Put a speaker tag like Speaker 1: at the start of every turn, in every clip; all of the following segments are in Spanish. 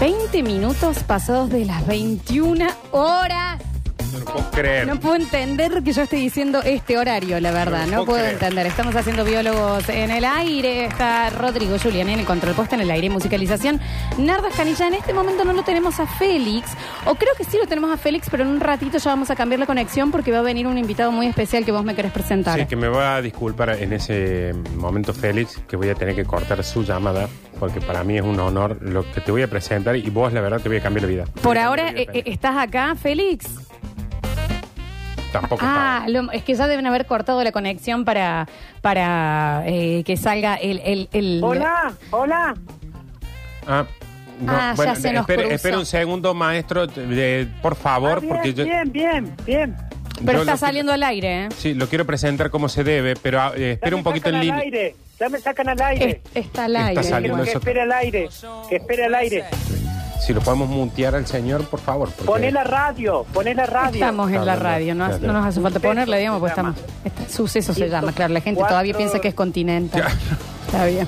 Speaker 1: 20 minutos pasados de las 21 horas.
Speaker 2: No lo puedo creer.
Speaker 1: No puedo entender que yo esté diciendo este horario, la verdad. No
Speaker 2: No puedo
Speaker 1: puedo
Speaker 2: creer.
Speaker 1: entender. Estamos haciendo biólogos en el aire. Está Rodrigo Julián en el control puesto en el aire y musicalización. Nardo Escanilla, en este momento no lo tenemos a Félix. O creo que sí lo tenemos a Félix, pero en un ratito ya vamos a cambiar la conexión porque va a venir un invitado muy especial que vos me querés presentar.
Speaker 2: Sí, que me va a disculpar en ese momento, Félix, que voy a tener que cortar su llamada, porque para mí es un honor lo que te voy a presentar y vos, la verdad, te voy a cambiar la vida.
Speaker 1: Por
Speaker 2: Te voy a
Speaker 1: ahora,
Speaker 2: cambiar la
Speaker 1: eh,
Speaker 2: vida,
Speaker 1: eh,
Speaker 2: Félix.
Speaker 1: ¿estás acá, Félix?
Speaker 2: Tampoco
Speaker 1: Ah,
Speaker 2: estaba.
Speaker 1: lo- es que ya deben haber cortado la conexión para, para eh, que salga el... el, el-
Speaker 3: Hola, hola.
Speaker 2: Ah, no,
Speaker 1: Ah, ya
Speaker 2: bueno,
Speaker 1: se nos
Speaker 2: espere,
Speaker 1: cruzó.
Speaker 2: espere un segundo, maestro, te- de- por favor,
Speaker 3: Ah, bien,
Speaker 2: porque yo,
Speaker 3: bien, bien, bien.
Speaker 1: Pero
Speaker 2: yo
Speaker 1: está
Speaker 2: lo-
Speaker 1: saliendo al aire, ¿eh?
Speaker 2: Sí, lo quiero presentar como se debe, pero ah, eh,
Speaker 3: Ya
Speaker 2: espera
Speaker 3: me
Speaker 2: un poquito
Speaker 3: sacan
Speaker 2: en
Speaker 3: al
Speaker 2: línea.
Speaker 3: aire, ya me sacan al aire.
Speaker 1: Es- está al
Speaker 2: Está
Speaker 1: aire.
Speaker 2: saliendo.
Speaker 3: Que, que
Speaker 2: Nosotros.
Speaker 3: espere al aire, que espere al aire.
Speaker 2: Si lo podemos mutear al señor, por favor. porque-
Speaker 3: Poné la radio, poné la radio.
Speaker 1: Estamos en la
Speaker 2: Está
Speaker 1: radio, no, hace-
Speaker 2: bien.
Speaker 1: no nos hace falta
Speaker 3: Suceso
Speaker 1: ponerla, digamos,
Speaker 3: se
Speaker 1: pues
Speaker 3: llama.
Speaker 1: estamos. está- suceso se
Speaker 3: Ciento
Speaker 1: llama, claro, la gente todavía
Speaker 3: cuatro-
Speaker 1: piensa que es continental. Está bien.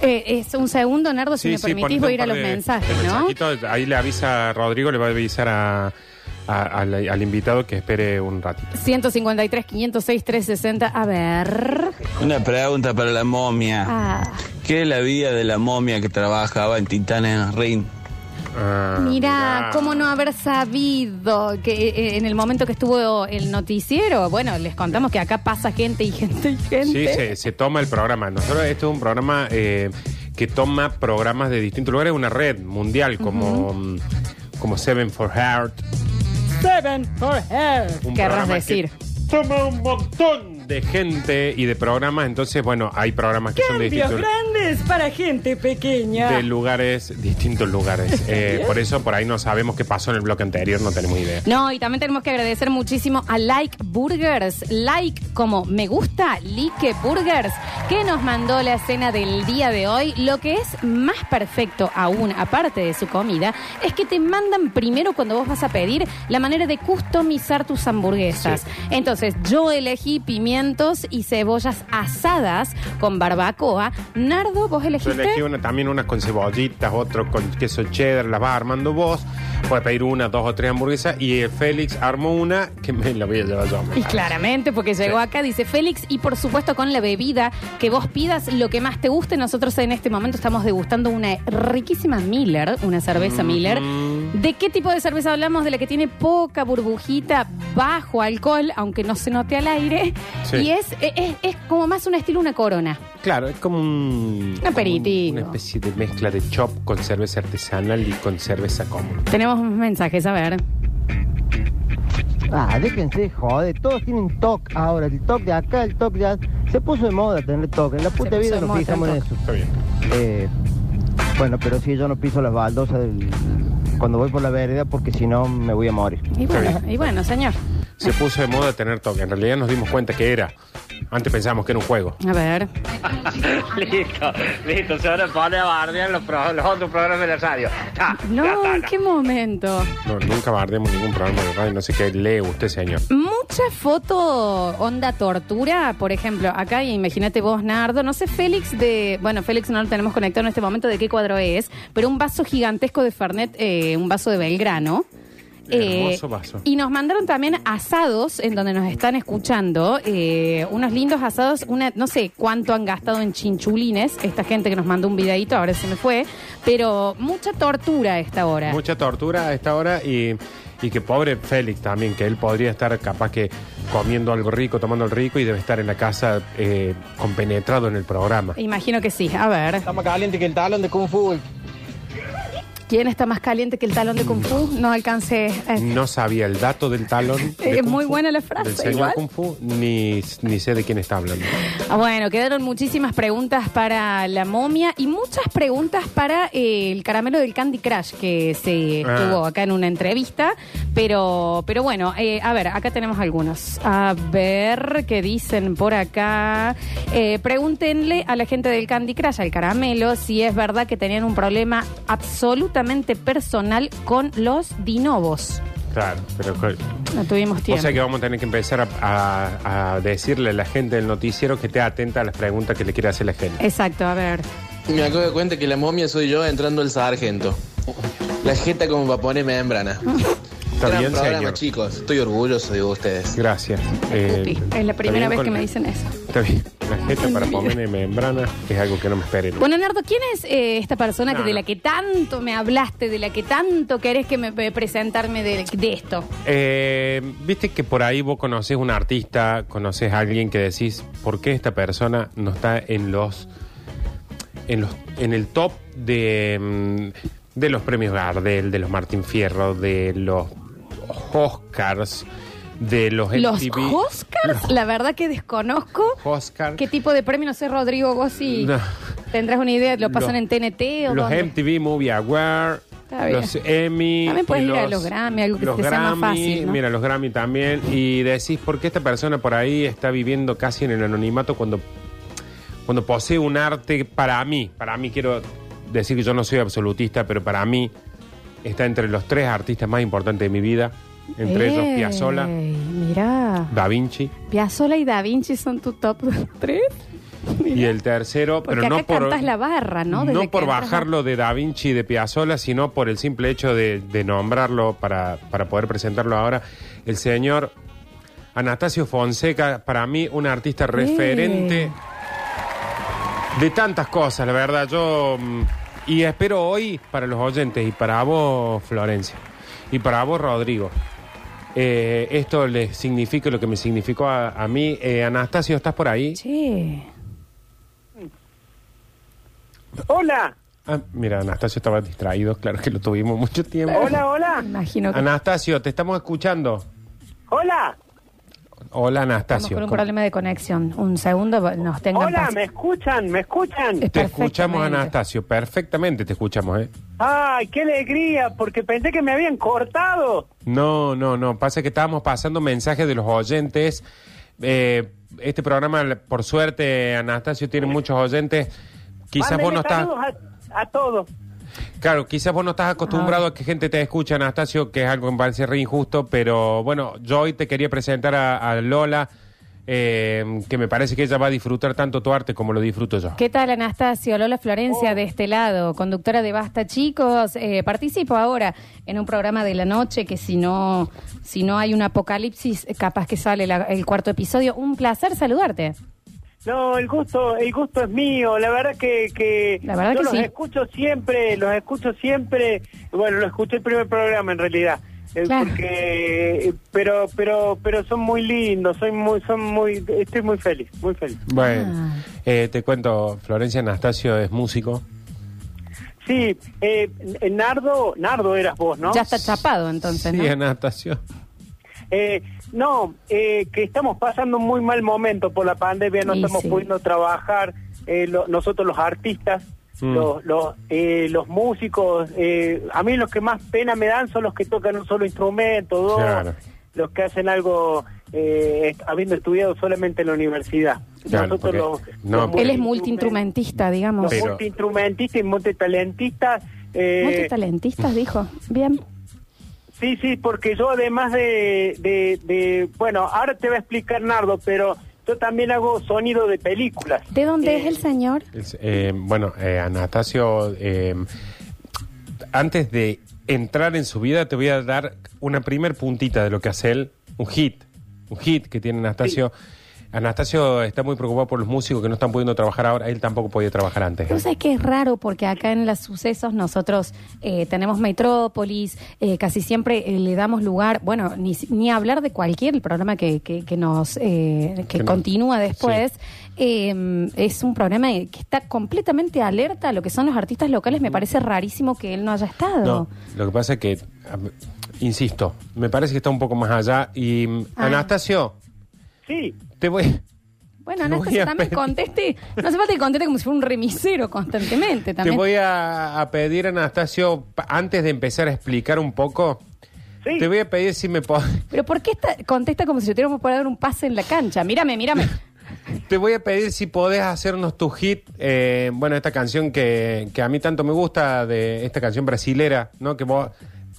Speaker 1: Eh, es un segundo, Nardo, si
Speaker 2: Sí,
Speaker 1: me
Speaker 2: sí,
Speaker 1: permitís,
Speaker 2: ponete
Speaker 1: voy a
Speaker 2: un
Speaker 1: ir a
Speaker 2: par
Speaker 1: los
Speaker 2: de-
Speaker 1: mensajes,
Speaker 2: de
Speaker 1: ¿no?
Speaker 2: mensajitos. Ahí le avisa a Rodrigo, le va a avisar a- a- al, al invitado que espere un ratito.
Speaker 1: 153, 506, 360. A ver.
Speaker 4: Una pregunta para la momia.
Speaker 1: Ah,
Speaker 4: ¿Qué es la vida de la momia que trabajaba en Titanes Ring?
Speaker 2: Ah,
Speaker 1: mira,
Speaker 2: mirá.
Speaker 1: cómo no haber sabido que eh, en el momento que estuvo el noticiero, bueno, les contamos que acá pasa gente y gente y
Speaker 2: Sí,
Speaker 1: gente.
Speaker 2: se, se toma el programa. Nosotros, esto es un programa eh, que toma programas de distintos lugares, una red mundial como, mm, como Seven for Heart.
Speaker 1: Seven for her.
Speaker 2: un
Speaker 1: Querrás
Speaker 2: programa
Speaker 1: decir.
Speaker 2: que toma un montón de gente y de programas. Entonces, bueno, hay programas que son de distintos
Speaker 1: grandes para gente pequeña.
Speaker 2: de lugares, distintos lugares. Eh, por eso, por ahí no sabemos qué pasó en el bloque anterior, no tenemos idea.
Speaker 1: No, y también tenemos que agradecer muchísimo a Like Burgers. Like como me gusta, Like Burgers, que nos mandó la cena del día de hoy. Lo que es más perfecto aún, aparte de su comida, es que te mandan primero cuando vos vas a pedir la manera de customizar tus hamburguesas. Entonces, yo elegí pimientos y cebollas asadas con barbacoa. Nardo, ¿vos
Speaker 2: Yo
Speaker 1: elegiste?
Speaker 2: elegí una, también unas con cebollitas, otro con queso cheddar, las vas armando vos. Puedes pedir una, dos o tres hamburguesas. Y eh, Félix armó una que me la voy a llevar yo. me
Speaker 1: Y
Speaker 2: parece.
Speaker 1: claramente, porque llegó
Speaker 2: Sí.
Speaker 1: acá, dice Félix, y por supuesto con la bebida que vos pidas, lo que más te guste. Nosotros en este momento estamos degustando una riquísima Miller, una cerveza Miller. ¿De qué tipo de cerveza hablamos? De la que tiene poca burbujita, bajo alcohol, aunque no se note al aire.
Speaker 2: Sí.
Speaker 1: Y es, es, es como más un estilo una corona.
Speaker 2: Claro, es como un... como un-
Speaker 1: aperitivo.
Speaker 2: una especie de mezcla de chop con cerveza artesanal y con cerveza común.
Speaker 1: Tenemos unos mensajes, a ver.
Speaker 5: Ah, déjense, joder, todos tienen TOC ahora, el TOC de acá, el TOC de allá. Se puso de moda tener TOC, en la
Speaker 1: puso
Speaker 5: puta
Speaker 1: de
Speaker 5: vida nos
Speaker 1: moda
Speaker 5: fijamos en
Speaker 1: tener
Speaker 5: eso.
Speaker 2: Está bien.
Speaker 5: Eh, bueno, pero si yo no piso las baldosas del- cuando voy por la vereda, porque si no me voy a morir.
Speaker 1: Y bueno, y bueno señor.
Speaker 2: Se puso de moda tener toque. En realidad nos dimos cuenta que era. Antes pensábamos que era un juego.
Speaker 1: A ver.
Speaker 6: Listo, listo, se van a poner a bardear los, pro- los otros programas de la radio. Ta, ta,
Speaker 1: No,
Speaker 6: ta,
Speaker 1: ¿en
Speaker 6: ta.
Speaker 1: qué momento?
Speaker 2: No, nunca bardeamos ningún programa de radio. No sé qué lee usted, señor.
Speaker 1: Mucha foto onda tortura, por ejemplo, acá y imagínate vos, Nardo, no sé, Félix de, bueno, Félix no lo tenemos conectado en este momento de qué cuadro es, pero un vaso gigantesco de Fernet, eh, un vaso de Belgrano. Eh,
Speaker 2: Hermoso vaso.
Speaker 1: Y nos mandaron también asados, en donde nos están escuchando, eh, unos lindos asados, una, no sé cuánto han gastado en chinchulines, esta gente que nos mandó un videito, ahora se me fue, pero mucha tortura a esta hora.
Speaker 2: Mucha tortura a esta hora y, y que pobre Félix también, que él podría estar capaz que comiendo algo rico, tomando el rico y debe estar en la casa eh, compenetrado en el programa.
Speaker 1: Imagino que sí, a ver.
Speaker 7: Está más caliente que el talón de Kung Fu.
Speaker 1: ¿Quién está más caliente que el talón de Kung Fu? No alcancé. eh,
Speaker 2: No sabía el dato del talón. de
Speaker 1: Es
Speaker 2: Kung
Speaker 1: muy
Speaker 2: Fu,
Speaker 1: buena la
Speaker 2: Del
Speaker 1: frase,
Speaker 2: señor
Speaker 1: igual.
Speaker 2: Kung Fu, ni, ni sé de quién está hablando.
Speaker 1: Ah, Bueno, quedaron muchísimas preguntas para la momia y muchas preguntas para eh, el caramelo del Candy Crush que se
Speaker 2: Ah.
Speaker 1: tuvo acá en una entrevista. Pero, pero bueno, eh, a ver, acá tenemos algunos. A ver qué dicen por acá. Eh, pregúntenle a la gente del Candy Crush, al caramelo, si es verdad que tenían un problema absolutamente personal con los dinovos.
Speaker 2: Claro, pero
Speaker 1: No tuvimos
Speaker 2: O
Speaker 1: tiempo.
Speaker 2: sea que vamos a tener que empezar a, a- a decirle a la gente del noticiero que te atenta a las preguntas que le quiere hacer la gente.
Speaker 1: Exacto, a ver.
Speaker 8: Me acabo de cuenta que la momia soy yo entrando el sargento. La jeta como para poner membrana.
Speaker 2: Está
Speaker 8: Gran
Speaker 2: bien,
Speaker 8: programa,
Speaker 2: señor.
Speaker 8: chicos. Estoy orgulloso de ustedes.
Speaker 2: Gracias. Eh,
Speaker 1: Upi, es la primera
Speaker 2: está bien
Speaker 1: vez que
Speaker 2: con-
Speaker 1: me dicen eso.
Speaker 2: Está bien. La jeta para poner en membrana es algo que no me esperé. nunca.
Speaker 1: Bueno, Nardo, ¿quién es eh, esta persona que
Speaker 2: No,
Speaker 1: de
Speaker 2: no.
Speaker 1: la que tanto me hablaste, de la que tanto querés que me eh, presentarme de, de esto?
Speaker 2: Eh, Viste que por ahí vos conoces un artista, conoces a alguien que decís, ¿por qué esta persona no está en los. en los en el top de. mm, de los premios Gardel, de los Martín Fierro, de los Oscars, de los
Speaker 1: Los
Speaker 2: MTV.
Speaker 1: Oscars, la verdad que desconozco.
Speaker 2: Los Oscar.
Speaker 1: ¿Qué tipo de premio? No sé, Rodrigo, vos si
Speaker 2: No.
Speaker 1: tendrás una idea, ¿lo pasan
Speaker 2: Los-
Speaker 1: en TNT o
Speaker 2: Los
Speaker 1: dónde?
Speaker 2: MTV Movie Award,
Speaker 1: Está bien.
Speaker 2: los Emmy. pues
Speaker 1: También puedes ir
Speaker 2: los,
Speaker 1: a los Grammy, algo que
Speaker 2: los
Speaker 1: te sea más
Speaker 2: Grammy,
Speaker 1: fácil, ¿no?
Speaker 2: Mira, los Grammy también. Y decís, ¿por qué esta persona por ahí está viviendo casi en el anonimato cuando, cuando posee un arte para mí? Para mí quiero decir que yo no soy absolutista, pero para mí está entre los tres artistas más importantes de mi vida. Entre ellos
Speaker 1: Ey,
Speaker 2: Piazzolla,
Speaker 1: Mirá,
Speaker 2: Da Vinci.
Speaker 1: Piazzolla y Da Vinci son tu top 3.
Speaker 2: Y el tercero,
Speaker 1: Porque
Speaker 2: pero no
Speaker 1: acá
Speaker 2: por.
Speaker 1: cantás la barra, ¿no? Desde que
Speaker 2: por
Speaker 1: entras a-
Speaker 2: bajarlo de Da Vinci y de Piazzolla, sino por el simple hecho de, de nombrarlo para, para poder presentarlo ahora. El señor Anastasio Fonseca, para mí, un artista referente de tantas cosas, la verdad. Yo. mm, Y espero hoy para los oyentes y para vos, Florencia, y para vos, Rodrigo. eh, esto le significa lo que me significó a, a mí. Eh, Anastasio, ¿estás por ahí?
Speaker 1: Che.
Speaker 3: Hola,
Speaker 2: Ah, mira, Anastasio estaba distraído, claro que lo tuvimos mucho tiempo.
Speaker 3: hola, hola,
Speaker 1: Imagino que
Speaker 2: Anastasio, te estamos escuchando.
Speaker 3: hola,
Speaker 2: Hola,
Speaker 1: estamos
Speaker 2: Anastasio.
Speaker 1: con un problema de conexión. Un segundo, nos tengan
Speaker 3: hola,
Speaker 1: paz.
Speaker 3: me escuchan, me escuchan.
Speaker 1: Es-
Speaker 2: Te escuchamos,
Speaker 1: Perfectamente.
Speaker 2: Anastasio, perfectamente te escuchamos, ¿eh?
Speaker 3: Ay, qué alegría, porque pensé que me habían cortado.
Speaker 2: No, no, no, pasa que estábamos pasando mensajes de los oyentes. Eh, este programa, por suerte, Anastasio, tiene muchos oyentes. Quizás vos no
Speaker 3: Mándenle
Speaker 2: estás...
Speaker 3: saludos A, a todos.
Speaker 2: Claro, quizás vos no estás acostumbrado
Speaker 1: Ah.
Speaker 2: a que gente te escuche, Anastasio, que es algo que me parece re injusto, pero bueno, yo hoy te quería presentar a, a Lola, eh, que me parece que ella va a disfrutar tanto tu arte como lo disfruto yo.
Speaker 1: ¿Qué tal, Anastasio? Lola
Speaker 2: Oh.
Speaker 1: Florencia, de este lado, conductora de Basta Chicos. Eh, participo ahora en un programa de la noche que si no, si no hay un apocalipsis, eh, capaz que sale la- el cuarto episodio. Un placer saludarte.
Speaker 3: No, el gusto, el gusto es mío. La verdad que, que
Speaker 1: La verdad
Speaker 3: yo
Speaker 1: que
Speaker 3: los
Speaker 1: sí.
Speaker 3: escucho siempre, los escucho siempre. Bueno, lo escuché el primer programa en realidad, Eh,
Speaker 1: Claro.
Speaker 3: porque, pero, pero, pero son muy lindos, soy muy, son muy, estoy muy feliz, muy feliz.
Speaker 2: Bueno,
Speaker 1: Ah.
Speaker 2: eh, te cuento, Florencia Anastasio es músico.
Speaker 3: Sí, eh, eh, Nardo, Nardo eras vos, ¿no?
Speaker 1: Ya está chapado, entonces,
Speaker 2: Sí,
Speaker 1: ¿no?
Speaker 2: Anastasio.
Speaker 3: Eh, no, eh, que estamos pasando un muy mal momento por la pandemia, no
Speaker 1: Y
Speaker 3: estamos
Speaker 1: sí.
Speaker 3: pudiendo trabajar. eh, lo- nosotros los artistas,
Speaker 2: Mm.
Speaker 3: los, los, eh, los músicos, eh, a mí los que más pena me dan son los que tocan un solo instrumento, dos,
Speaker 2: Claro.
Speaker 3: los que hacen algo eh, est- habiendo estudiado solamente en la universidad.
Speaker 2: Claro,
Speaker 3: Nosotros
Speaker 2: porque-
Speaker 3: los-
Speaker 2: no,
Speaker 3: los
Speaker 2: porque-
Speaker 1: Él es multiinstrumentista, digamos.
Speaker 3: Los
Speaker 2: Pero-
Speaker 3: multiinstrumentistas y multitalentistas. eh,
Speaker 1: Multitalentistas, dijo. Bien.
Speaker 3: Sí, sí, porque yo además de, de, de- bueno, ahora te va a explicar Nardo, pero yo también hago sonido de películas.
Speaker 1: ¿De dónde
Speaker 3: Eh,
Speaker 1: es el señor?
Speaker 2: Es, eh, bueno, eh, Anastasio, eh, antes de entrar en su vida, te voy a dar una primer puntita de lo que hace él, un hit, un hit que tiene Anastasio. Anastasio está muy preocupado por los músicos que no están pudiendo trabajar ahora, él tampoco podía trabajar antes. ¿eh?
Speaker 1: Pero sabes que es raro porque acá en los sucesos nosotros eh, tenemos Metrópolis, eh, casi siempre eh, le damos lugar, bueno, ni, si- ni hablar de cualquier programa que, que, que nos eh, que
Speaker 2: Que no-
Speaker 1: continúa después. Eh, es un programa que está completamente alerta a lo que son los artistas locales. Me parece rarísimo que él no haya estado.
Speaker 2: No, lo que pasa es que, am- insisto, me parece que está un poco más allá y mm,
Speaker 1: Ah.
Speaker 2: Anastasio,
Speaker 3: Sí,
Speaker 2: te voy...
Speaker 1: Bueno,
Speaker 2: Te voy
Speaker 1: Anastasio
Speaker 2: a
Speaker 1: también
Speaker 2: pedir-
Speaker 1: conteste. No hace falta que conteste como si fuera un remisero constantemente
Speaker 2: Te
Speaker 1: también.
Speaker 2: voy a, a pedir, Anastasio, pa- antes de empezar a explicar un poco,
Speaker 3: sí.
Speaker 2: te voy a pedir si me po-
Speaker 1: Pero ¿por qué esta- contesta como si yo tuviéramos por dar un pase en la cancha? Mírame, mírame.
Speaker 2: te voy a pedir si podés hacernos tu hit, eh, bueno, esta canción que, que a mí tanto me gusta, de esta canción brasilera, ¿no? Que vos...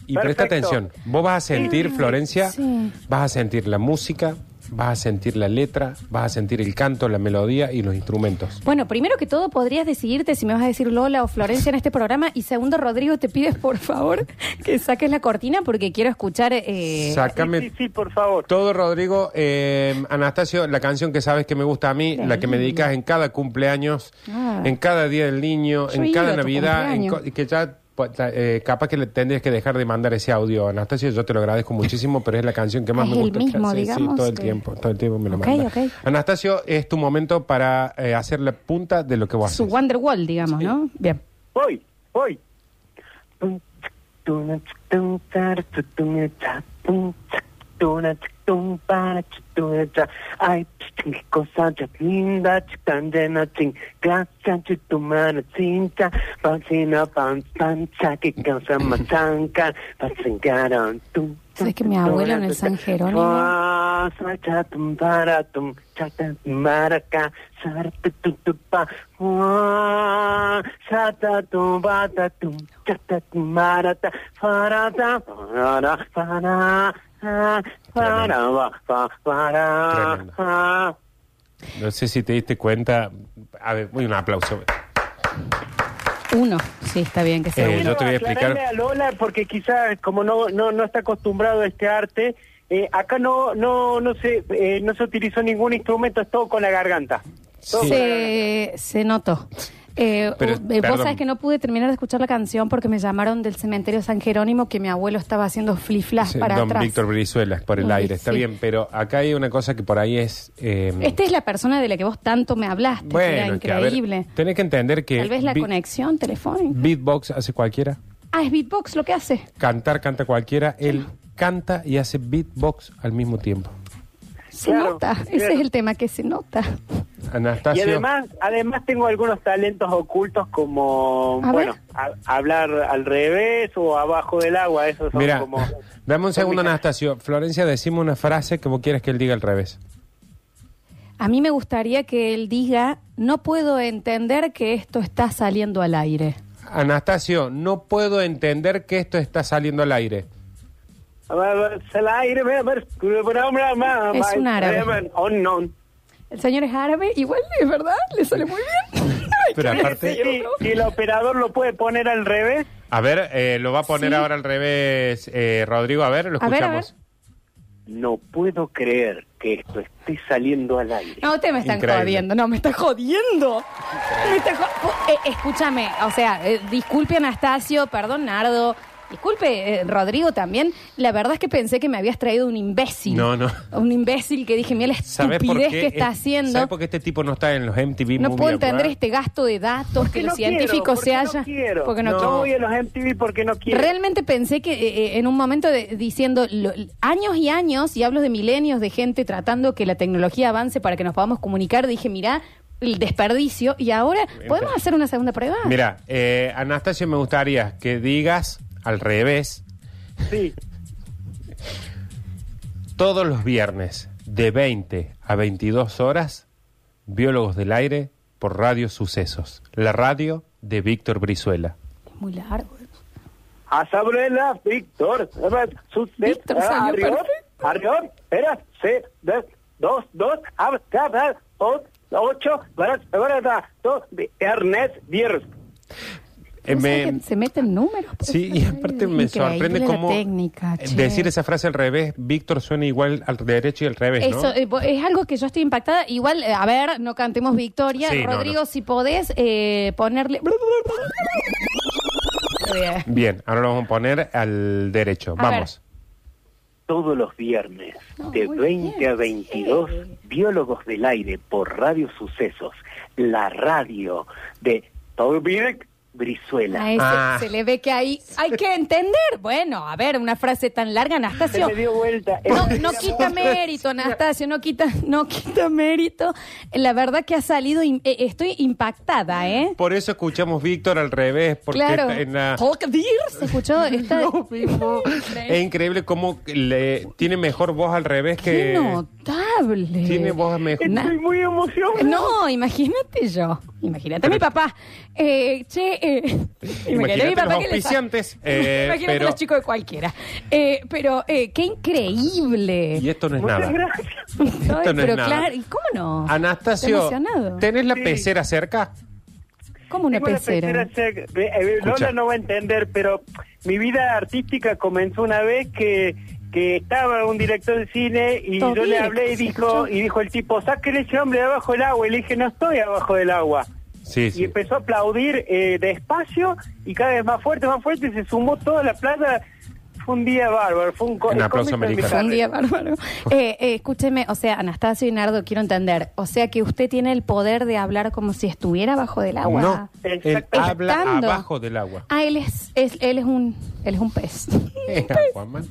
Speaker 2: Y presta
Speaker 3: Perfecto.
Speaker 2: atención, vos vas a sentir, Florencia,
Speaker 1: sí.
Speaker 2: vas a sentir la música, vas a sentir la letra, vas a sentir el canto, la melodía y los instrumentos.
Speaker 1: Bueno, primero que todo, podrías decidirte si me vas a decir Lola o Florencia en este programa. Y segundo, Rodrigo, te pides por favor que saques la cortina porque quiero escuchar. eh,
Speaker 2: Sácame
Speaker 3: Sí, sí, sí, por favor.
Speaker 2: todo, Rodrigo. Eh, Anastasio, la canción que sabes que me gusta a mí, la que me dedicas en cada cumpleaños,
Speaker 1: Ah.
Speaker 2: en cada día del niño,
Speaker 1: Yo he
Speaker 2: en
Speaker 1: ido
Speaker 2: cada
Speaker 1: a tu
Speaker 2: Navidad, en
Speaker 1: cumpleaños.
Speaker 2: co- que ya pues, ta- eh, capaz que le tendrías que dejar de mandar ese audio, Anastasio. Yo te lo agradezco muchísimo, pero es la canción que más
Speaker 1: Es
Speaker 2: me
Speaker 1: el
Speaker 2: gusta.
Speaker 1: mismo,
Speaker 2: Sí, sí,
Speaker 1: digamos,
Speaker 2: todo el
Speaker 1: que-
Speaker 2: tiempo, todo el tiempo me lo
Speaker 1: Ok,
Speaker 2: manda.
Speaker 1: ok.
Speaker 2: Anastasio, es tu momento para eh, hacer la punta de lo que vos
Speaker 1: su
Speaker 2: haces.
Speaker 1: Wonderwall, digamos, ¿no? Bien.
Speaker 3: Voy, voy. Ay, qué cosa tan linda, tan llena, sin gracia, que tu mano cinta, vacina, pan, pancha, que cosa más tanca, vacingaron, tú.
Speaker 1: ¿Sabes que mi abuelo en el San Jerónimo?
Speaker 3: Ah, sachatum, baratum, chatam, maraca, sartututupa, ah, satatum, batatum, chatatum, marata, farata, farara, fara, ah, fara, va, va, fara,
Speaker 2: Tremendo.
Speaker 3: ah.
Speaker 2: No sé si te diste cuenta. A ver, un aplauso.
Speaker 1: Uno. Sí, está bien que sea
Speaker 2: Eh,
Speaker 1: uno.
Speaker 2: yo te voy a
Speaker 3: aclararle
Speaker 2: explicar.
Speaker 3: a Lola porque quizás como no no no está acostumbrado a este arte eh, acá no no no se eh, no se utilizó ningún instrumento es todo con la garganta Todo
Speaker 2: Sí.
Speaker 3: con la
Speaker 1: Se, se notó. Eh,
Speaker 2: Pero,
Speaker 1: u- eh,
Speaker 2: perdón.
Speaker 1: vos sabés que no pude terminar de escuchar la canción porque me llamaron del cementerio San Jerónimo que mi abuelo estaba haciendo fliflas
Speaker 2: Sí,
Speaker 1: para
Speaker 2: Don
Speaker 1: atrás.
Speaker 2: Víctor Brizuela, por el
Speaker 1: Ay,
Speaker 2: aire, está
Speaker 1: sí. Este
Speaker 2: bien, pero acá hay una cosa que por ahí es... eh,
Speaker 1: Esta es la persona de la que vos tanto me hablaste. que era
Speaker 2: bueno, que, a ver,
Speaker 1: increíble.
Speaker 2: tenés que entender que... Mm.
Speaker 1: Tal vez la
Speaker 2: beat-
Speaker 1: conexión telefónica.
Speaker 2: Beatbox hace cualquiera,
Speaker 1: Ah, es beatbox lo que hace.
Speaker 2: cantar canta cualquiera, él canta y hace beatbox al mismo tiempo.
Speaker 1: Se
Speaker 3: Claro,
Speaker 1: nota. Ese
Speaker 3: claro.
Speaker 1: es el tema que se nota.
Speaker 3: Y
Speaker 2: Anastasio...
Speaker 3: además, además tengo algunos talentos ocultos como,
Speaker 1: A
Speaker 3: bueno,
Speaker 1: ver.
Speaker 3: a- hablar al revés o abajo del agua, esos son
Speaker 2: Mira,
Speaker 3: como...
Speaker 2: dame un
Speaker 3: son
Speaker 2: segundo,
Speaker 3: mis-
Speaker 2: Anastasio. Florencia, decime una frase que vos quieres que él diga al revés.
Speaker 1: A mí me gustaría que él diga, no puedo entender que esto está saliendo al aire.
Speaker 2: Anastasio, no puedo entender que esto está saliendo al aire.
Speaker 1: Es un árabe.
Speaker 3: Oh, no.
Speaker 1: El señor es árabe, igual es verdad, le sale muy bien. Hay
Speaker 2: Pero
Speaker 1: que
Speaker 2: aparte-
Speaker 3: Sí,
Speaker 1: decirlo.
Speaker 3: si el operador lo puede poner al revés,
Speaker 2: A ver, eh, lo va a poner
Speaker 1: Sí.
Speaker 2: ahora al revés, eh, Rodrigo. A ver, lo
Speaker 1: A
Speaker 2: escuchamos.
Speaker 1: ver, a ver.
Speaker 3: no puedo creer que esto esté saliendo al aire.
Speaker 1: No, te me están
Speaker 2: Increíble.
Speaker 1: jodiendo, no, me están jodiendo. Me están jo- po- eh, escúchame, o sea, eh, disculpe Anastasio, perdón Nardo, disculpe eh, Rodrigo también. La verdad es que pensé que me habías traído un imbécil.
Speaker 2: No, no.
Speaker 1: Un imbécil que dije, mira la
Speaker 2: ¿Sabés por
Speaker 1: estupidez
Speaker 2: qué
Speaker 1: que está
Speaker 2: es-
Speaker 1: haciendo.
Speaker 2: ¿Sabés por qué este tipo no está en los MTV
Speaker 1: No
Speaker 2: Movie
Speaker 1: puedo entender
Speaker 2: Awards?
Speaker 1: este gasto de datos que
Speaker 3: Porque
Speaker 1: los
Speaker 3: no quiero,
Speaker 1: científicos
Speaker 3: porque
Speaker 1: se
Speaker 3: no
Speaker 1: hayan.
Speaker 3: quiero.
Speaker 1: Porque no,
Speaker 3: no,
Speaker 1: quiero.
Speaker 3: voy a los MTV porque no quiero.
Speaker 1: Realmente pensé que eh, eh, en un momento de- diciendo lo- años y años, y hablo de milenios de gente tratando que la tecnología avance para que nos podamos comunicar, dije, mirá, el desperdicio, y ahora podemos hacer una segunda prueba.
Speaker 2: pues. Mira, eh, Anastasio, me gustaría que digas al revés
Speaker 3: Sí.
Speaker 2: todos los viernes de 20 a 22 horas, Biólogos del Aire por Radio Sucesos, la radio de Víctor Brizuela.
Speaker 1: Es muy largo.
Speaker 2: eh,
Speaker 3: A Sabrela, Ah, Víctor, sus
Speaker 1: Víctor salió
Speaker 3: Arrior,
Speaker 1: perfecto.
Speaker 3: Arrior, ah, era, se, de, dos, dos, ab, ab, ab, o- ocho, varas, varas, dos, de- Ernest, Diers.
Speaker 2: Eh,
Speaker 1: O sea,
Speaker 2: me-
Speaker 1: que se meten números. por
Speaker 2: Sí,
Speaker 1: eso.
Speaker 2: y aparte me
Speaker 1: Increíble
Speaker 2: sorprende
Speaker 1: la
Speaker 2: cómo
Speaker 1: técnica,
Speaker 2: eh,
Speaker 1: che.
Speaker 2: decir esa frase al revés, Víctor suena igual al derecho y al revés, ¿no?
Speaker 1: Eso eh, bo- es algo que yo estoy impactada. Igual, eh, a ver, no cantemos victoria.
Speaker 2: Sí, no,
Speaker 1: Rodrigo,
Speaker 2: no.
Speaker 1: si podés eh, ponerle. Bien.
Speaker 2: Bien, ahora lo vamos a poner al derecho.
Speaker 1: A
Speaker 2: Vamos.
Speaker 3: Todos los viernes,
Speaker 1: No,
Speaker 3: de
Speaker 1: Ah, muy
Speaker 3: 20
Speaker 1: bien,
Speaker 3: a 22,
Speaker 1: sí.
Speaker 3: Biólogos del Aire por Radio Sucesos, la radio de Torbirk Brizuela.
Speaker 1: A ese
Speaker 2: Ah.
Speaker 1: Se le ve que ahí hay que entender. Bueno, a ver, una frase tan larga,
Speaker 3: Se
Speaker 1: Anastasio.
Speaker 3: me dio vuelta.
Speaker 1: No, no quita mérito, Anastasio, no quita, no quita mérito. La verdad que ha salido, im- eh, estoy impactada, ¿eh?
Speaker 2: Por eso escuchamos Víctor al revés, porque
Speaker 1: claro. Oh,
Speaker 2: en la...
Speaker 1: Hulk Deer, se escuchó esta.
Speaker 2: Es increíble cómo le tiene mejor voz al revés
Speaker 1: Qué
Speaker 2: que
Speaker 1: notable.
Speaker 2: tiene voz mejor.
Speaker 1: Na- Eh,
Speaker 3: Estoy muy emocionado.
Speaker 1: No, imagínate yo. Imagínate a mi papá. eh, che, eh, y me quedé,
Speaker 2: Imagínate
Speaker 1: mi papá
Speaker 2: los
Speaker 1: que le sa-
Speaker 2: auspiciantes, eh,
Speaker 1: Imagínate
Speaker 2: pero-
Speaker 1: los chicos de cualquiera. Eh, pero eh, qué increíble.
Speaker 2: Y esto no es
Speaker 3: Muchas
Speaker 2: nada.
Speaker 3: gracias.
Speaker 2: esto
Speaker 1: Ay,
Speaker 2: no es
Speaker 1: pero
Speaker 2: nada.
Speaker 1: claro, ¿y cómo no?
Speaker 2: Anastasio,
Speaker 1: Estoy emocionado.
Speaker 2: ¿tenés la
Speaker 3: Sí.
Speaker 2: pecera cerca?
Speaker 1: ¿Cómo una
Speaker 3: Tengo una
Speaker 1: pecera?
Speaker 3: pecera seca. Eh, eh,
Speaker 2: Escucha.
Speaker 3: Lola no va a entender, pero mi vida artística comenzó una vez que, que estaba un director de cine y
Speaker 1: Todo
Speaker 3: yo le
Speaker 1: bien,
Speaker 3: hablé y
Speaker 1: se
Speaker 3: dijo,
Speaker 1: escuchó.
Speaker 3: y dijo el tipo, sáquenle ese hombre de abajo del agua. Y le dije, no estoy abajo del agua.
Speaker 2: Sí,
Speaker 3: Y
Speaker 2: sí.
Speaker 3: empezó a aplaudir eh, despacio y cada vez más fuerte, más fuerte, y se sumó toda la plaza. Fue un día bárbaro, fue un, co-
Speaker 2: Un
Speaker 3: el
Speaker 2: aplauso
Speaker 3: cómico de mi
Speaker 2: americano.
Speaker 3: carrera.
Speaker 1: Un día bárbaro. Eh, eh, escúcheme, o sea, Anastasio y Nardo, quiero entender. O sea, que usted tiene el poder de hablar como si estuviera bajo del agua.
Speaker 2: No, él
Speaker 3: Exactamente.
Speaker 2: habla
Speaker 1: Estando.
Speaker 2: abajo del agua.
Speaker 1: Ah, él es, es- él es un él es un pez.
Speaker 2: Era Aquaman.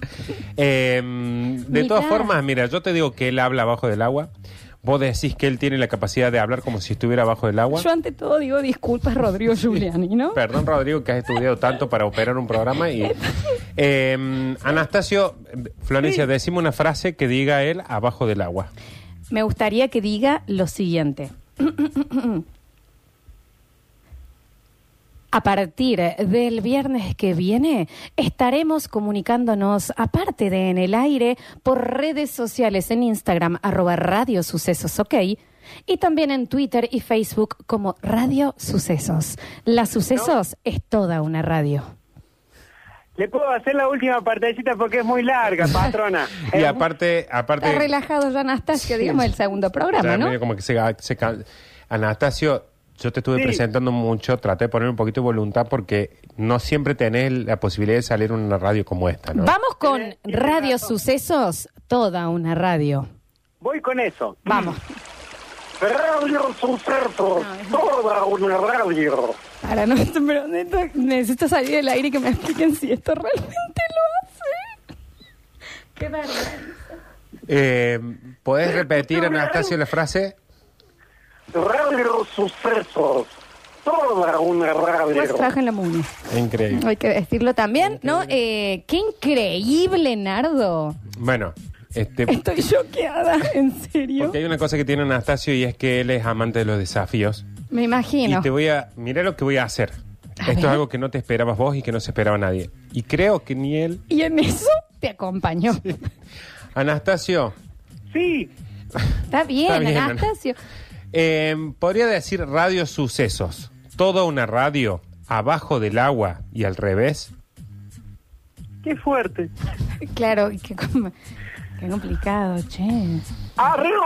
Speaker 2: Eh, de
Speaker 1: pues. Mirá.
Speaker 2: todas formas, mira, yo te digo que él habla abajo del agua. Vos decís que él tiene la capacidad de hablar como si estuviera abajo del agua.
Speaker 1: Yo ante todo digo disculpas, Rodrigo Giuliani, ¿no?
Speaker 2: Perdón, Rodrigo, que has estudiado tanto para operar un programa. y Eh, Anastasio, Florencia, decime una frase que diga él abajo del agua.
Speaker 1: Me gustaría que diga lo siguiente. A partir del viernes que viene estaremos comunicándonos, aparte de en el aire, por redes sociales en Instagram, arroba Radio Sucesos, ok, y también en Twitter y Facebook como Radio Sucesos. La Sucesos es toda una radio.
Speaker 3: Le puedo hacer la última partecita porque es muy larga, patrona. Eh,
Speaker 2: Y
Speaker 9: Eh,
Speaker 3: Es
Speaker 2: aparte, aparte.
Speaker 1: Está relajado ya Anastasio, digamos, el segundo
Speaker 2: Ya
Speaker 1: programa, ¿no?
Speaker 2: medio como que se, se can- Anastasio, yo te estuve
Speaker 3: Sí.
Speaker 2: presentando mucho, traté de poner un poquito de voluntad porque no siempre tenés la posibilidad de salir en una radio como esta, ¿no?
Speaker 1: Vamos con
Speaker 3: Tiene- tiene
Speaker 1: Radio
Speaker 3: razón.
Speaker 1: Sucesos, toda una radio.
Speaker 3: Voy con eso.
Speaker 1: Vamos.
Speaker 3: Radio Sucesos, toda una radio.
Speaker 1: Ahora no, pero necesito, necesito salir del aire y que me expliquen si esto realmente lo hace. Qué vergüenza.
Speaker 2: Eh, ¿Podés repetir, Anastasio, la frase?
Speaker 3: Radio Sucesos, toda una
Speaker 1: Pues
Speaker 3: radio.
Speaker 1: trabaja en la MUNI.
Speaker 2: Increíble.
Speaker 1: Hay que decirlo también, ¿no? Eh, qué increíble, Nardo.
Speaker 2: Bueno, este,
Speaker 1: Estoy choqueada, en serio.
Speaker 2: porque hay una cosa que tiene Anastasio y es que él es amante de los desafíos.
Speaker 1: Me
Speaker 2: Y
Speaker 1: imagino.
Speaker 2: te voy a. Mirá lo que voy a hacer.
Speaker 1: A
Speaker 2: Esto
Speaker 1: ver.
Speaker 2: es algo que no te esperabas vos y que no se esperaba nadie. Y creo que ni él.
Speaker 1: Y en eso te acompañó.
Speaker 2: Anastasio,
Speaker 3: Sí,
Speaker 1: Está bien,
Speaker 2: Está bien,
Speaker 1: Anastasio.
Speaker 2: Eh, podría decir radio sucesos. Toda una radio abajo del agua y al revés.
Speaker 3: qué fuerte.
Speaker 1: Claro, y qué, com- qué complicado, che.
Speaker 3: Arriba,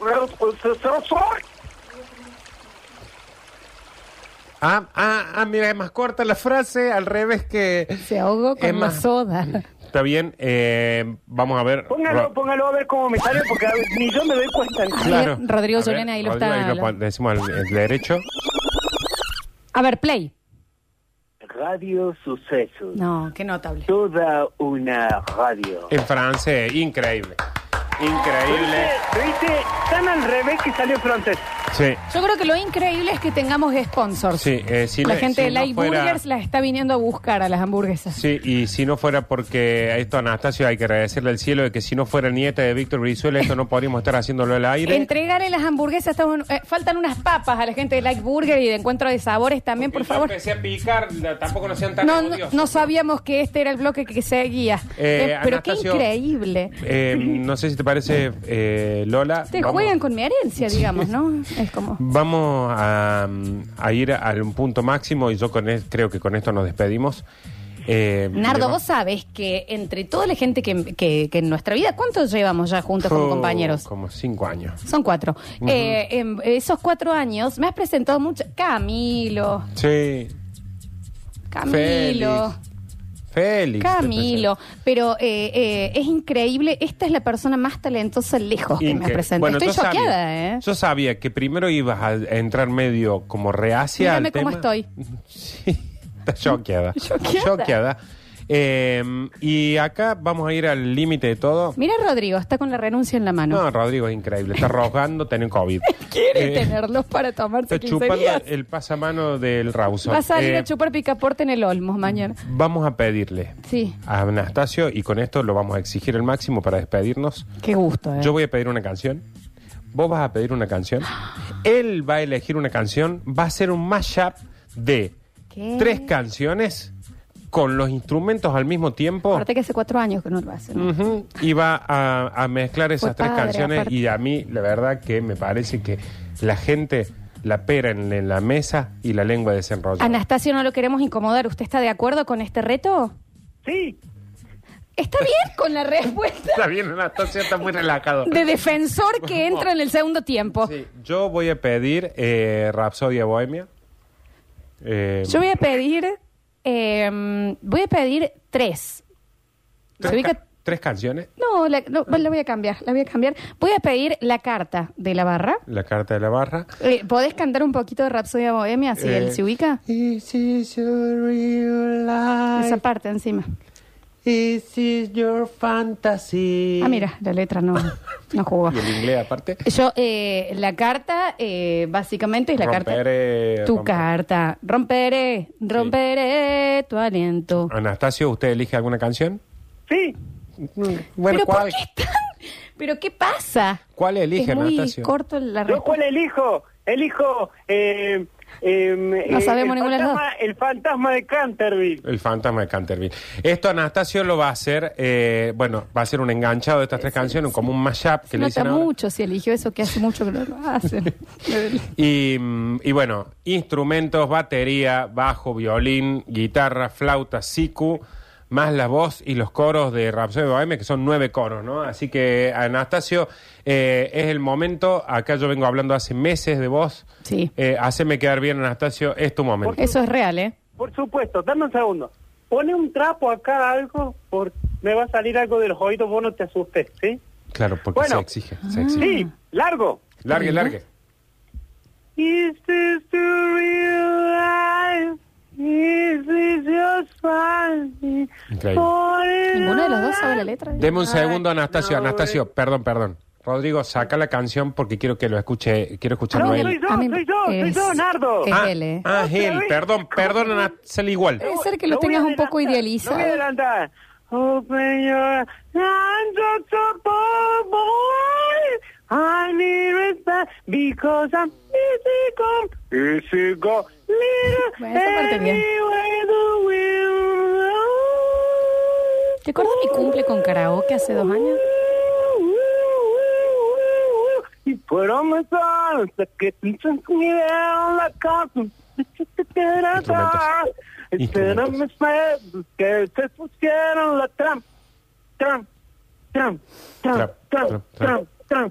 Speaker 3: Radio Sucesos.
Speaker 2: Ah, ah, ah, mira, es más corta la frase, al revés que...
Speaker 1: Se ahogó
Speaker 2: Es
Speaker 1: con la
Speaker 2: más-
Speaker 1: soda.
Speaker 2: Está bien, eh, vamos a ver.
Speaker 3: Póngalo,
Speaker 2: Ro-
Speaker 3: póngalo a ver cómo me sale porque a ver, ni yo me doy cuenta.
Speaker 2: Claro.
Speaker 1: Ahí, Rodrigo
Speaker 2: A ver,
Speaker 1: Julián, ahí lo
Speaker 2: Rodrigo,
Speaker 1: está-
Speaker 2: ahí lo pon- decimos al el derecho.
Speaker 1: A ver, play.
Speaker 3: Radio Sucesos,
Speaker 1: No, qué notable.
Speaker 3: toda una radio.
Speaker 2: En francés, increíble. Increíble.
Speaker 3: ¿Viste? ¿Viste? Tan al revés que salió francés.
Speaker 2: Sí.
Speaker 1: Yo creo que lo increíble es que tengamos sponsors.
Speaker 2: Sí, eh, si
Speaker 1: la
Speaker 2: no-
Speaker 1: gente
Speaker 2: si
Speaker 1: de
Speaker 2: no
Speaker 1: Light
Speaker 2: fuera-
Speaker 1: Burgers las está viniendo a buscar a las hamburguesas.
Speaker 2: Sí, y si no fuera porque esto, Anastasio, hay que agradecerle al cielo de que si no fuera nieta de Víctor Brizuela, esto no podríamos estar haciéndolo al aire.
Speaker 1: Entregarle las hamburguesas, estamos- eh, faltan unas papas a la gente de Light Burger y de Encuentro de Sabores también, por
Speaker 2: Yo
Speaker 1: favor.
Speaker 2: Empecé a picar, la- tampoco no sean tan
Speaker 1: No, no,
Speaker 2: odiosos.
Speaker 1: no sabíamos que este era el bloque que seguía.
Speaker 2: Eh,
Speaker 1: Eh, pero
Speaker 2: Anastasio,
Speaker 1: qué increíble.
Speaker 2: Eh, no sé si te parece, eh, Lola.
Speaker 1: Te
Speaker 2: vamos-
Speaker 1: juegan con mi herencia, digamos, ¿no? Es como...
Speaker 2: Vamos a, mm, a ir a un punto máximo y yo con es- creo que con esto nos despedimos. Eh, le
Speaker 1: Nardo,
Speaker 2: va-
Speaker 1: vos sabes que entre toda la gente que, que- que en nuestra vida, ¿cuántos llevamos ya juntos como
Speaker 2: Oh,
Speaker 1: compañeros?
Speaker 2: Como cinco años.
Speaker 1: Son cuatro. Eh, en esos cuatro años me has presentado mucho. Camilo,
Speaker 2: Sí.
Speaker 1: Camilo,
Speaker 2: Félix. Félix.
Speaker 1: Camilo. Pero eh, eh, es increíble. Esta es la persona más talentosa lejos que me has
Speaker 2: Incre-
Speaker 1: presentado.
Speaker 2: Bueno,
Speaker 1: Estoy
Speaker 2: yo sabía-
Speaker 1: choqueada, ¿eh?
Speaker 2: Yo sabía que primero ibas a entrar medio como reacia al
Speaker 1: Mírame cómo
Speaker 2: tema.
Speaker 1: estoy.
Speaker 2: Sí, está choqueada.
Speaker 1: Choqueada.
Speaker 2: Choqueada. Eh, y acá vamos a ir al límite de todo.
Speaker 1: Mira, a Rodrigo, está con la renuncia en la mano.
Speaker 2: No, Rodrigo es increíble. Está rogando tener COVID.
Speaker 1: Quiere
Speaker 2: Eh,
Speaker 1: tenerlos para tomarse
Speaker 2: Está
Speaker 1: 15
Speaker 2: chupando
Speaker 1: días.
Speaker 2: el pasamano del Rawson.
Speaker 1: Va a salir
Speaker 2: Eh,
Speaker 1: a chupar picaporte en el Olmos mañana.
Speaker 2: Vamos a pedirle
Speaker 1: Sí,
Speaker 2: a Anastasio, y con esto lo vamos a exigir el máximo para despedirnos.
Speaker 1: qué gusto, ¿eh?
Speaker 2: Yo voy a pedir una canción. Vos vas a pedir una canción, él va a elegir una canción, va a hacer un mashup de
Speaker 1: ¿Qué?
Speaker 2: tres canciones con los instrumentos al mismo tiempo
Speaker 1: Aparte que hace cuatro años que no lo hacen.
Speaker 2: Ujú, y va a, a mezclar
Speaker 1: Fue
Speaker 2: esas tres
Speaker 1: padre,
Speaker 2: canciones
Speaker 1: aparte.
Speaker 2: y a mí la verdad que me parece que la gente la pera en, en la mesa y la lengua desenrolla.
Speaker 1: Anastasio, no lo queremos incomodar. ¿Usted está de acuerdo con este reto?
Speaker 3: Sí,
Speaker 1: ¿Está bien con la respuesta
Speaker 2: Está bien, Anastasia está muy relajado.
Speaker 1: de defensor que entra en el segundo tiempo?
Speaker 2: Sí, yo voy a pedir eh, Rapsodia Bohemia. Eh,
Speaker 1: Yo voy a pedir. eh, voy a pedir tres.
Speaker 2: tres,
Speaker 1: ¿Se ubica-
Speaker 2: ca- tres canciones.
Speaker 1: No, la, no, la voy a cambiar, la voy a cambiar. Voy a pedir la carta de la barra.
Speaker 2: La carta de la barra.
Speaker 1: Eh, ¿Podés cantar un poquito de Rapsodia Bohemia si
Speaker 2: Eh,
Speaker 1: él se ubica?
Speaker 2: This is your real life.
Speaker 1: Esa parte encima.
Speaker 2: This is your fantasy.
Speaker 1: Ah, mira, la letra no, no jugó.
Speaker 2: Y el inglés aparte.
Speaker 1: Yo, eh, la carta, eh, básicamente es la
Speaker 2: Romperé,
Speaker 1: carta. Tu
Speaker 2: romperé.
Speaker 1: carta. Romperé, romperé tu aliento.
Speaker 2: Anastasio, ¿usted elige alguna canción? Mm,
Speaker 3: sí.
Speaker 2: Bueno,
Speaker 1: ¿Pero por
Speaker 2: ¿cuál,
Speaker 1: qué están? ¿Pero qué pasa?
Speaker 2: ¿Cuál elige,
Speaker 1: Es muy
Speaker 2: Anastasio?
Speaker 1: corto la
Speaker 3: ¿Yo cuál
Speaker 1: respuesta.
Speaker 3: elijo? Elijo. Eh, eh, eh,
Speaker 1: sabemos
Speaker 3: el
Speaker 1: ninguna de las
Speaker 3: fantasma, El fantasma de Canterville.
Speaker 2: El fantasma de Canterville. Esto Anastasio lo va a hacer, eh, bueno, va a ser un enganchado de estas tres canciones, como un mashup que
Speaker 1: Se
Speaker 2: le
Speaker 1: nota
Speaker 2: dicen ahora.
Speaker 1: mucho si eligió eso que hace mucho que no lo hacen.
Speaker 2: Y, mm, y bueno, instrumentos, batería, bajo, violín, guitarra, flauta, siku, más la voz y los coros de Rhapsody Bohemia, que son nueve coros, ¿no? Así que, Anastasio, eh, es el momento. Acá yo vengo hablando hace meses de vos.
Speaker 1: Sí.
Speaker 2: Eh, haceme quedar bien, Anastasio, es tu momento.
Speaker 1: Eso es real, ¿eh?
Speaker 3: Por supuesto, dame un segundo. Pone un trapo acá, algo, por... me va a salir algo de los oídos, vos no te asustes, ¿sí?
Speaker 2: Claro, porque
Speaker 3: Bueno.
Speaker 2: se exige, se exige.
Speaker 3: Sí, largo.
Speaker 2: Largue, largue.
Speaker 3: Is this the real life? Is this just fantasy?
Speaker 2: Increíble.
Speaker 1: Ninguno de los dos sabe la letra.
Speaker 2: Deme un segundo, Anastasio. Anastasio, perdón, perdón. Rodrigo, saca la canción porque quiero que lo escuche, quiero escucharlo
Speaker 3: No,
Speaker 2: a él.
Speaker 3: soy yo, soy yo, soy yo, Nardo.
Speaker 1: Es
Speaker 2: Ah,
Speaker 1: él, ¿eh?
Speaker 2: ah,
Speaker 3: Otra
Speaker 2: Gil,
Speaker 3: vez.
Speaker 2: perdón, perdón, Ana- sale igual.
Speaker 1: Puede ser que lo
Speaker 3: voy a
Speaker 1: tengas un poco
Speaker 3: adelantar,
Speaker 1: idealizado.
Speaker 3: Lo voy a adelantar. Open your hands up to the boy. I need respect because I'm easy go, easy go, little
Speaker 1: Bueno, esa
Speaker 3: eh,
Speaker 1: parte bien.
Speaker 3: anyway the wind blows.
Speaker 1: ¿Te acuerdas mi cumple con karaoke hace dos
Speaker 3: eh,
Speaker 1: años?
Speaker 3: Y fueron mis alas que te encendieron la casa.
Speaker 2: Instrumentos.
Speaker 3: Y fueron mis dedos que te pusieron la tram, tram, tram, tram, tram, tram, tram,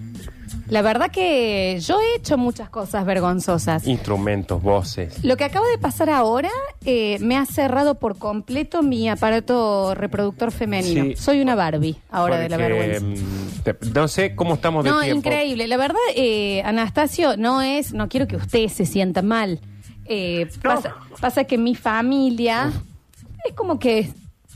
Speaker 1: la verdad que yo he hecho muchas cosas vergonzosas.
Speaker 2: instrumentos, voces.
Speaker 1: Lo que acaba de pasar ahora eh, me ha cerrado por completo mi aparato reproductor femenino.
Speaker 2: Sí.
Speaker 1: Soy una Barbie ahora de la
Speaker 2: Porque,
Speaker 1: vergüenza.
Speaker 2: mm, te- no sé cómo estamos de
Speaker 1: No,
Speaker 2: tiempo.
Speaker 1: increíble. La verdad, eh, Anastasio, no es, no quiero que usted se sienta mal. Eh, pasa, pasa que mi familia es como que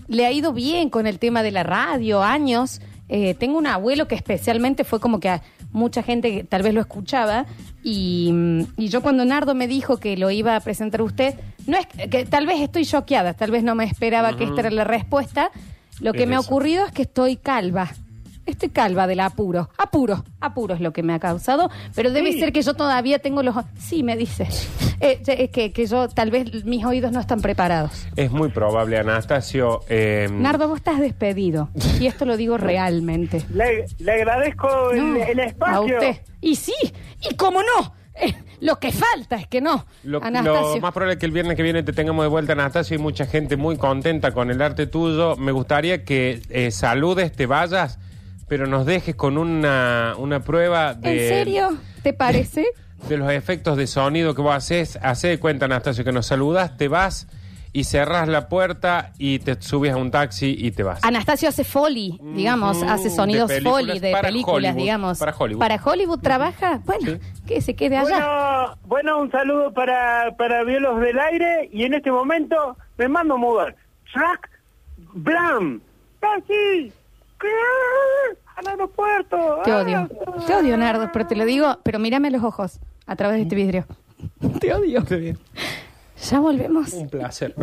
Speaker 1: le ha ido bien con el tema de la radio, años. Eh, tengo un abuelo que especialmente fue como que a mucha gente que tal vez lo escuchaba y, mm, y yo cuando Nardo me dijo que lo iba a presentar a usted, no es que, que tal vez estoy choqueada, tal vez no me esperaba que esta era la respuesta. Lo que
Speaker 2: Es
Speaker 1: me ha
Speaker 2: eso.
Speaker 1: ocurrido es que estoy calva. Estoy calva del apuro. Apuro. Apuro es lo que me ha causado. Pero debe ser que yo todavía tengo los... Sí, me dice. Eh, es que, que yo tal vez mis oídos no están preparados.
Speaker 2: Es muy probable, Anastasio. eh,
Speaker 1: Nardo, vos estás despedido. Y esto lo digo realmente.
Speaker 3: Le, le agradezco el,
Speaker 1: No,
Speaker 3: el
Speaker 1: A
Speaker 3: espacio.
Speaker 1: usted. Y sí. Y cómo no. Eh, lo que falta es que no.
Speaker 2: Lo, lo
Speaker 1: Anastasio.
Speaker 2: más probable es que el viernes que viene te tengamos de vuelta, Anastasio, y mucha gente muy contenta con el arte tuyo. Me gustaría que eh, saludes, te vayas, pero nos dejes con una, una prueba de...
Speaker 1: ¿En serio? ¿Te parece?
Speaker 2: de los efectos de sonido que vos haces, hace de cuenta, Anastasio, que nos saludas, te vas y cerrás la puerta y te subes a un taxi y te vas.
Speaker 1: Anastasio hace foley, digamos,
Speaker 2: Ujú,
Speaker 1: hace sonidos
Speaker 2: de películas
Speaker 1: foley de
Speaker 2: para
Speaker 1: películas,
Speaker 2: Hollywood,
Speaker 1: digamos.
Speaker 2: para Hollywood.
Speaker 1: Para Hollywood trabaja, bueno, que se quede allá.
Speaker 9: Bueno, bueno, un saludo para, para Violos del Aire y en este momento me mando a mudar. Track Blam. Taxi. Al aeropuerto. Ah.
Speaker 1: Te odio, te odio, Nardo, pero te lo digo, pero mírame a los ojos a través de este vidrio. Te odio. Ya volvemos.
Speaker 2: Un placer.